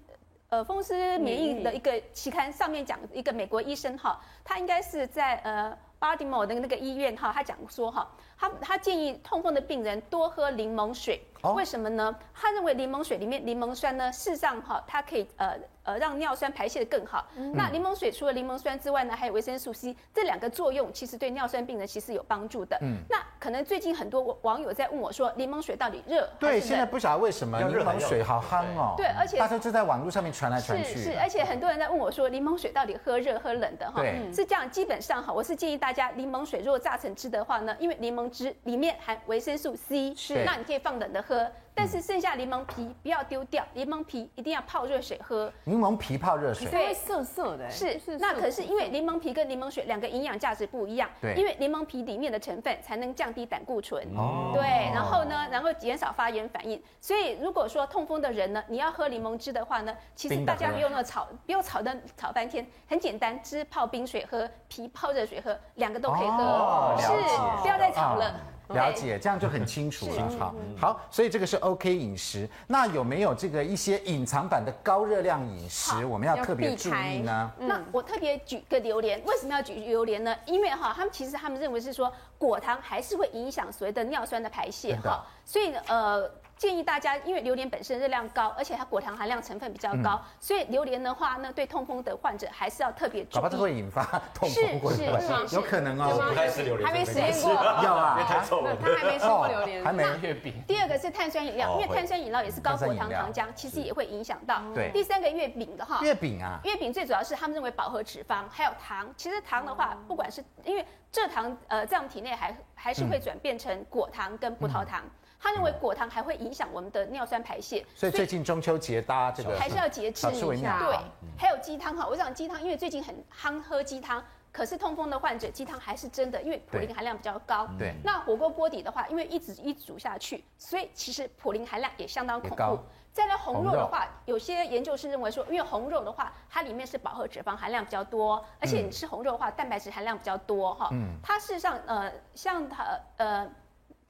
呃风湿免疫嗯的一个期刊上面讲一个美国医生哈，他应该是在呃 Baltimore 的那个医院哈，他讲说哈，他他建议痛风的病人多喝柠檬水，哦为什么呢？他认为柠檬水里面柠檬酸呢，事实上哈，它可以呃呃让尿酸排泄的更好。嗯那柠檬水除了柠檬酸之外呢，还有维生素 C 这两个作用，其实对尿酸病人其实有帮助的。嗯那可能最近很多网友在问我说，柠檬水到底热还对，是现在冷？不晓得为什么要柠热还檬要水好夯哦。对而且大家就在网络上面传来传去。嗯是是，而且很多人在问我说，柠檬水到底喝热喝冷的哈？对是这样，基本上哈，我是建议大家柠檬水如果榨成汁的话呢，因为柠檬汁里面含维生素 C，是嗯那你可以放冷的喝，但是剩下柠檬皮不要丢掉，柠檬皮一定要泡热水喝。柠檬皮泡热水，对会涩涩的、是，那可是因为柠檬皮跟柠檬水两个营养价值不一样，对因为柠檬皮里面的成分才能降低胆固醇，哦对，然后呢，然后减少发炎反应。所以如果说痛风的人呢，你要喝柠檬汁的话呢，其实冰的大家喝不用那么炒，不用炒的炒半天，很简单，汁泡冰水喝，皮泡热水喝，两个都可以喝，哦啊是了解不要再炒了。对了解，这样就很清楚了。好，好，所以这个是 OK 饮食。那有没有这个一些隐藏版的高热量饮食，好我们要要特别避注开意呢？那我特别举个榴莲，为什么要举榴莲呢？因为哈，他们其实他们认为是说果糖还是会影响所谓的尿酸的排泄真的哈，所以呢呃。建议大家，因为榴莲本身热量高，而且它果糖含量成分比较高，嗯所以榴莲的话呢，对痛风的患者还是要特别搞注不好意。这会引发痛是风，会是不会是是有可能我不哦。太吃榴莲，还没实验所以 [laughs] 过，要啊，哦没关系太臭了。他还没吃过榴莲还。 [laughs] 没。月饼。第二个是碳酸饮料，哦因为碳酸饮料也是高果糖碳酸糖饮浆，其实也会影响到。对第三个月饼的哈，月饼啊，月饼最主要是他们认为饱和脂肪，还有糖。其实糖的哦话，不管是因为蔗糖，呃，在我们体内还还是会嗯转变成果糖跟葡萄糖。他认为果糖还会影响我们的尿酸排泄，嗯所以最近中秋节搭这个还是要节制少吃为一妙嗯下。对，还有鸡汤哈，我想鸡汤，因为最近很夯喝鸡汤，可是痛风的患者鸡汤还是真的，因为普林含量比较高。对那火锅锅底的话，因为一直一煮下去，所以其实普林含量也相当恐也高怖。再来红肉红的肉话，有些研究是认为说，因为红肉的话，它里面是饱和脂肪含量比较多，而且你吃红肉的话，蛋白质含量比较多哈。嗯它事实上呃，像它呃。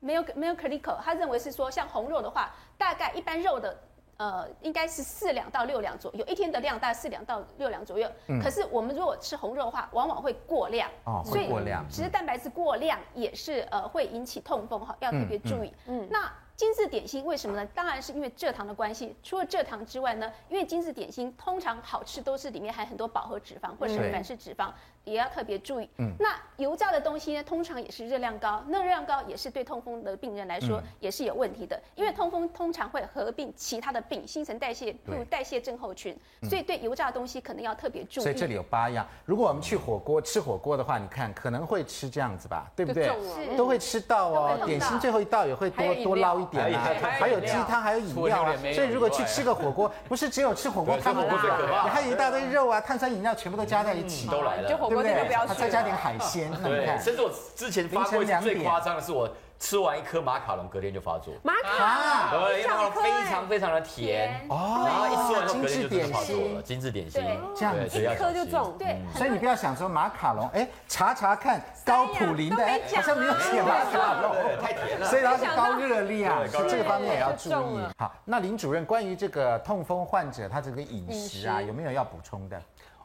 没有没有 critical，他认为是说像红肉的话，大概一般肉的呃应该是四两到六两左右，一天的量大概四两到六两左右。嗯可是我们如果吃红肉的话，往往会过量，哦会所以过量其实蛋白质过量也是呃会引起痛风哈，要特别注意。嗯，那。精致点心为什么呢？当然是因为蔗糖的关系。除了蔗糖之外呢，因为精致点心通常好吃都是里面含很多饱和脂肪或者是对嗯反式脂肪，也要特别注意。那油炸的东西呢，通常也是热量高，那热量高也是对痛风的病人来嗯说、也是有问题的，因为痛风通常会合并其他的病，新陈代谢，譬如代谢症候群，所以对油炸的东西可能要特别注意。所以这里有八样。如果我们去火锅吃火锅的话，你看可能会吃这样子吧，对不对就中了是？都会吃到都会哦碰，到点心最后一道也会还有多饮料多捞一点啊还有饮，料还有鸡汤，还有饮料除了榴啊莲没。有所以如果以去外吃个火锅，不是只有吃火锅对汤而吃火锅最可已，怕你还有一大堆肉啊、碳酸饮料全部都加在一起，嗯都来嗯了，就火对锅不店对就不要？去啊了再加点海 [laughs] 鲜，那你对，看甚至我之前发过凌晨一两次点最夸张的是，我吃完一颗马卡龙，隔天就发作。马卡啊，对，因为马卡小龙颗非哎常非常的甜，然后一吃哦完，之后精致隔天就真的点发作心了，。精致点心对，这样对子所以要一颗小就心中，对，所以你不要想说马卡龙，哎，查查看高普林的，三样都没，讲哎好啊像没有写马卡龙。对，太甜了。所以它是高热量，对高热量这个方面也要注就中意了。好，那林主任关于这个痛风患者他这个饮食啊，饮食有没有要补充的？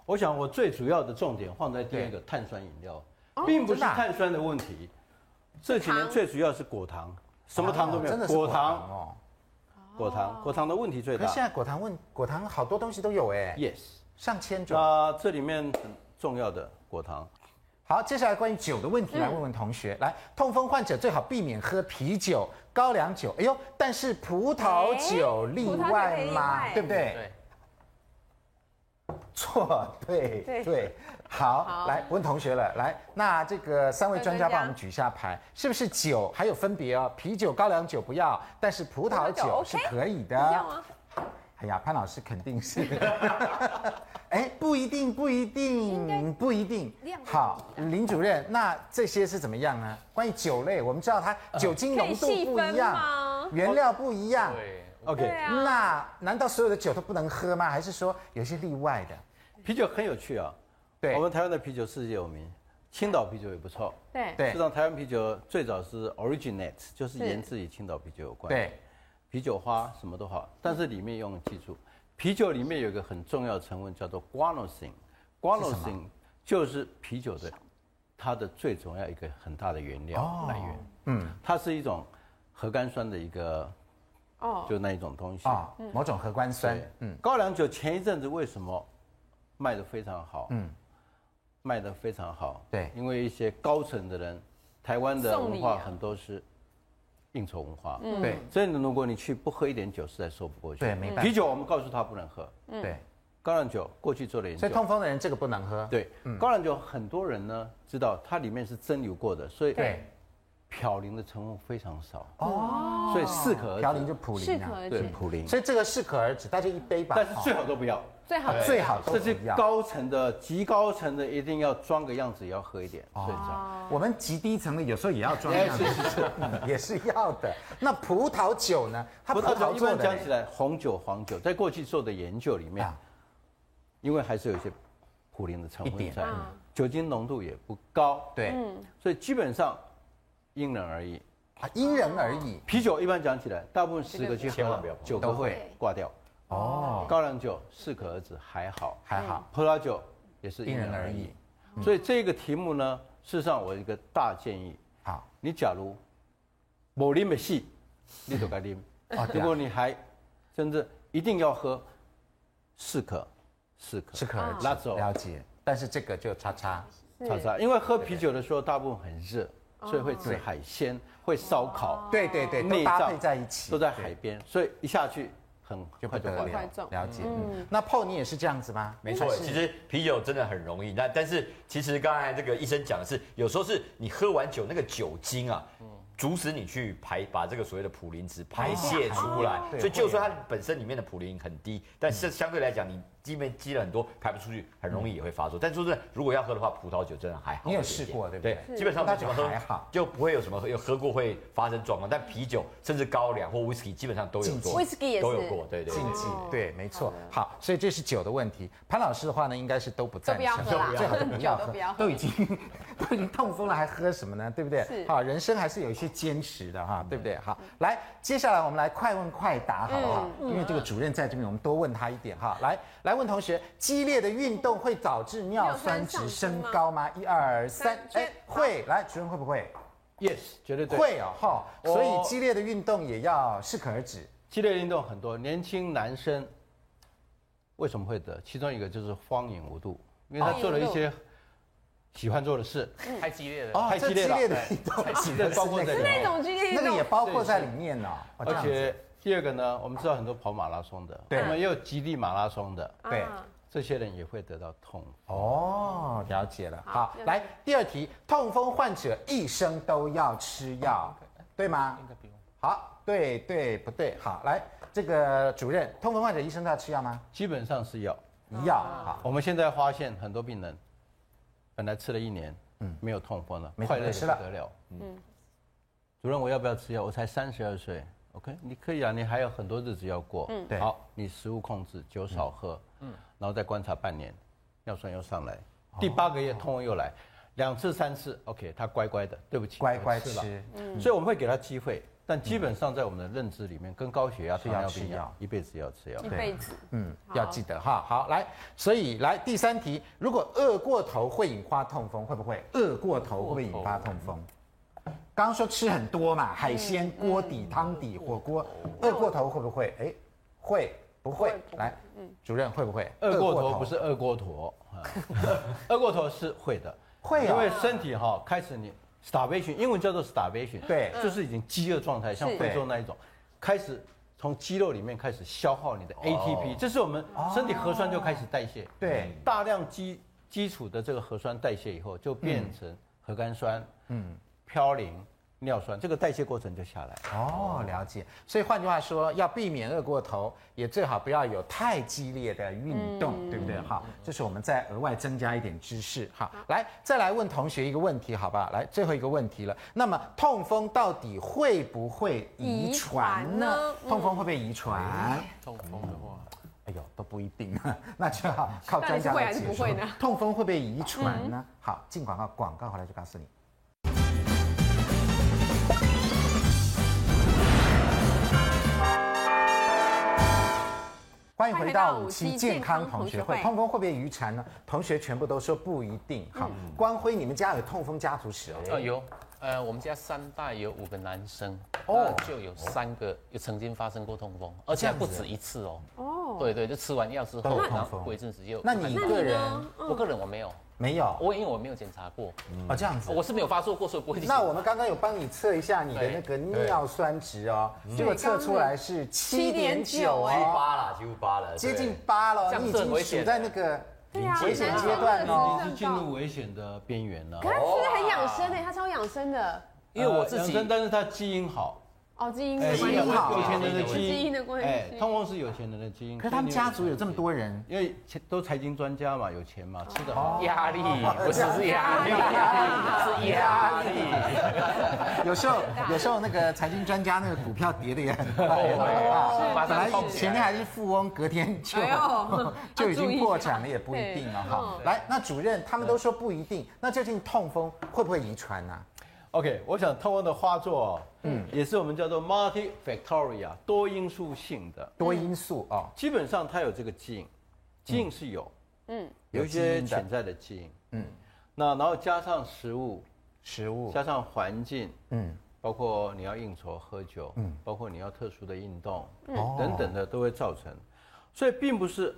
我想我最主要的重点放在第二个碳酸饮料，并不真是的啊碳酸的问题。这几年最主要是果糖，什么糖都没哦啊有，真的是果果糖糖哦，果糖，果糖的问题最可大是。现在果糖问果糖好多东西都有哎、 Yes，上千种。那这里面很重要的果糖，好，接下来关于酒的问题来问问同学。嗯来，痛风患者最好避免喝啤酒、高粱酒。哎呦，但是葡萄酒例葡萄酒可外以例吗？外对不对？对，错，对对好，好来问同学了。来，那这个三位专家专家帮我们举一下牌，是不是酒还有分别哦？啤酒、高粱酒不要，但是葡萄葡萄酒酒是 OK，可以的。一样啊，哎呀，潘老师肯 [laughs] 定是。 [laughs] 哎，不一定，不一定，不一定量。不好，林主任，那这些是怎么样呢？关于酒类，我们知道它酒精可以浓度细不一分样，吗？原料不一样。对，对 OK，啊，那难道所有的酒都不能喝吗？还是说有一些例外的？啤酒很有趣啊。对我们台湾的啤酒世界有名，青岛啤酒也不错。对对事实上，台湾啤酒最早是 originate，就是源自于青岛啤酒有关。对，啤酒花什么都好，但是里面用记住，啤酒里面有一个很重要的成分叫做 guanosine，guanosine 就是啤酒的它的最重要一个很大的原料来源。嗯它是一种核苷酸的一个哦，就那一种东西。啊，某种核苷酸对，，嗯，高粱酒前一阵子为什么卖的非常好？嗯嗯，卖的非常好。对因为一些高层的人，台湾的送礼文化啊很多是应酬文化。嗯，对所以如果你去不喝一点酒，实在说不过去。对没办法啤酒我们告诉他不能喝，嗯对，高粱酒过去做了研所究以。嗯痛风的人这个不能喝。对，高粱酒很多人呢知道它里面是蒸馏过的，所以对嘌呤的成分非常少，哦，所以适可而止。嘌呤就普适林可啊，而对止，普林，所以这个适可而止，大家一杯吧。但是最哦好都不要。最好最好都这不是要。高层的，极高层的一定要装个样子，也要喝一点，睡着。哦我们极低层的有时候也要装样子，嗯也是要的。那葡萄酒呢？它葡葡萄酒萄一做般的讲起嘞来，红酒、黄酒，在过去做的研究里面啊，因为还是有一些普林的成一分点在嗯，酒精浓度也不高，对所以基本上因人而异。啊，因人而异啤酒一般讲起来，大部分十个去千喝万不要碰，九个都会会挂掉。哦，高粱酒适可而止，还好。还好葡萄酒也是因因人人而而异嗯异。所以这个题目呢，事实上我有一个大建议，好你假如某啉的戏，你就该啉。哦对如啊果你还真的一定要喝，适可，适可，适可而拉止，走了解。但是这个就叉叉，叉叉。因为喝啤酒的时候，大部分很热，所以会吃海鲜，会烧哦烤，对对对，都内搭脏配在一起，都在对海边，所以一下去很就快不就得坏了了。快中，了解。嗯那 PO 你也是这样子吗？没错，其实啤酒真的很容易。那但是其实刚才这个医生讲的是，有时候是你喝完酒那个酒精啊。嗯阻止你去排把这个所谓的普林值排泄出来，哦对嗯所以就算它本身里面的普林很低，但是相对来讲，你里面积了很多排不出去，很容易也会发作。但说真的，如果要喝的话，葡萄酒真的还嗯好一点点。你有试过对不对基本上葡萄没酒怎么喝还好就不会有什么喝有喝过会发生状况。但啤酒甚至高粱或 whisky 基本上都有禁忌过 Whisky 也都有是过，对对对禁忌，哦对，没错。好，所以这是酒的问题。潘老师的话呢，应该是都不赞成，都不要喝啦最好都不要酒 [laughs] 都喝不要，喝都已经 [laughs] 都已经痛风了，还喝什么呢？对不对是？嗯好，人生还是有一些坚持的哈，对不对？好，来，接下来我们来快问快答，好不好？嗯因为这个主任在这边，我们多问他一点哈。来，来问同学，激烈的运动会导致尿酸值升高吗？一二三，哎，会。来，主任会不会？ Yes，绝对对。会哦，哈。所以我激烈的运动也要适可而止。激烈运动很多，年轻男生为什么会得？其中一个就是荒淫无度，因为他做了一些喜欢做的事，嗯太激烈了。哦，太这激烈了激烈的运动，激烈包括在里面那种剧烈运那个动也包括在里面呢、哦这而样子且第二个呢，我们知道很多跑马拉松的，对我们也有极地马拉松的，对啊这些人也会得到痛。哦，了解了。好，了解来第二题，痛风患者一生都要吃药，对吗？应该不用。好，对对不对？好，来这个主任，痛风患者一生都要吃药吗？基本上是药。嗯药，好，我们现在发现很多病人本来吃了一年，嗯，没有痛风了，没快乐没的事不了得了。嗯，主任，我要不要吃药？我才三十二岁，OK，你可以啊，你还有很多日子要过。嗯，对好，你食物控制，酒少喝，嗯，然后再观察半年，尿酸又上来，哦第八个月痛风又来，两次三次，OK，他乖乖的，对不起，乖乖我了吃。嗯所以我们会给他机会，但基本上在我们的认知里面，跟高血压、是糖要尿吃病一药样，一辈子要吃药一。辈子嗯，要记得哈。好，来，所以来第三题，如果饿过头会引发痛风，会不会？饿过头会不会引发痛风？嗯刚刚说吃很多嘛，海鲜、锅底、汤底、火锅，饿过头会不会？哎，会不嗯会？嗯来，主任会不会？二锅头不是二锅头，二锅头是会的，会啊因为身体哈开始你 starvation，英文叫做 starvation，对就是已经饥饿状态，像非洲那一种，开始从肌肉里面开始消耗你的 ATP，这是我们身体核酸就开始代谢，对大量基基础的这个核酸代谢以后，就变成核苷酸，嗯，嘌呤。尿酸这个代谢过程就下来了，哦，了解。所以换句话说，要避免饿过头，也最好不要有太激烈的运动，嗯对不对？好，这是我们再额外增加一点知识。好，来再来问同学一个问题，好吧？来最后一个问题了。那么痛风到底会不会遗传遗呢？传呢嗯痛风会不会遗传？痛风的话，哎呦，都不一定， [laughs] 那就要靠专家到底是会来还是解不说会呢嗯痛风会不会遗传呢？好，进广告，广告回来就告诉你。欢迎回到五期健康同学会。痛风会不会遗传呢？同学全部都说不一定。好，嗯光辉，你们家有痛风家族史哦？呃有，呃我们家三代有五个男生，哦哦就有三个有曾经发生过痛风，而且还不止一次哦。哦，对对，就吃完药之都有后，痛然风后过一阵子又那你个人我个人我没有，没有？我因为我没有检查过，哦，这样子。我是没有发作过，所以不会检查。那我们刚刚有帮你测一下你的那个尿酸值哦，结果测出来是七点九几乎哦，八了，几乎八了，接近对八了这哦，样你已是很经危险处的在那个对啊危险阶段已哦。经是进啊入危险的边缘了。可他吃的很养生欸的，他超养生的。因为我自己呃但是他基因好，哦，基因哎，的有关系基因好有钱人的基因，基因的关系哎，通常是有钱人的基因。可是他们家族有这么多人，人，因为钱都财经专家嘛，有钱嘛，吃的哦好。压力不是是压力，是压力。有时候有时候那个财经专家那个股票跌的也很快啊，是本来马上痛起来前天还是富翁，隔天就哎呦 [laughs] 就已经破产了，也不一定了哦哈。来，那主任他们都说不一定，那究竟痛风会不会遗传啊呢？ OK，我想痛风的发作哦，嗯，也是我们叫做 multifactorial 多因素性的，多因素哦，基本上它有这个基因，基因是有，嗯，有一有基些因的潜在的基因，嗯嗯，那然后加上食物，食物，加上环境，嗯。包括你要应酬、喝酒，嗯，包括你要特殊的运动，哦等等的都会造成，所以并不是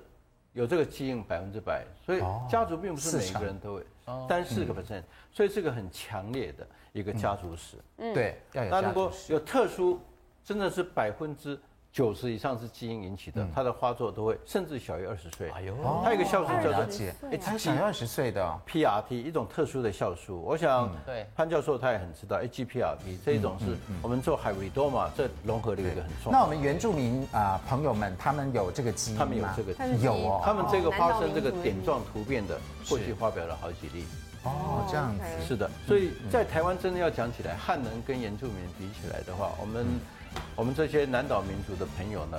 有这个基因百分之百，所以家族并不是每四个成人都有，三四个 percent，所以是个很强烈的一个家族史。对，要有嗯那家如族果史。有特殊，真的是百分之九十以上是基因引起嗯的，它的发作都会甚至小于二十岁。哎呦，它有一个酵素叫哦了做解，哎，哎他小于二十岁的哦， PRT 一种特殊的酵素，我想对潘教授他也很知道 AGPRT 这一种是我们做海维多嘛，这融合的一个很嗯重那我要。们原住民啊朋友们，他们有这个基因吗？他们有这个基因有哦，他们这个发生这个南岛民族点状突变的，过去发表了好几例。哦这样子，是的，所以嗯在台湾真的要讲起来，汉人跟原住民比起来的话，我们嗯我们这些南岛民族的朋友呢，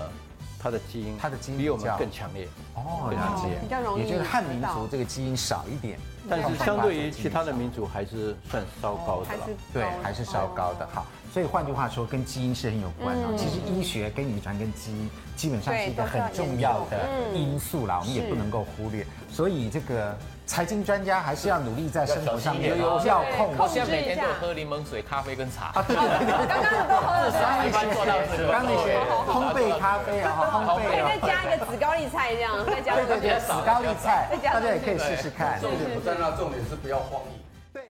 他的基因他的基因比我比较们更强烈，哦了解，比较容易也就是汉民知道族这个基因少一点，但是相对于其他的民。民族还是算稍高的还了是。嗯对，哦还是稍高的哈。所以换句话说，跟基因是很有关哦。其实医学跟遗传跟基因基本上是一个很重要的因素啦，我们也不能够忽略。所以这个财经专家还是要努力在生活上面要小心一点要控我对现在每天都控制有一下喝柠檬水、咖啡跟茶。啊，对对对对， [laughs] 刚刚你都喝了 [laughs] 对刚那一般做到这些，个刚那些烘焙咖啡 [laughs] 啊，烘不对，可焙以啊再，加一个紫高丽菜这样，再加对对上对，去。紫高丽菜再，加大上家也可以试试看。重点不在那，重点是不要慌意。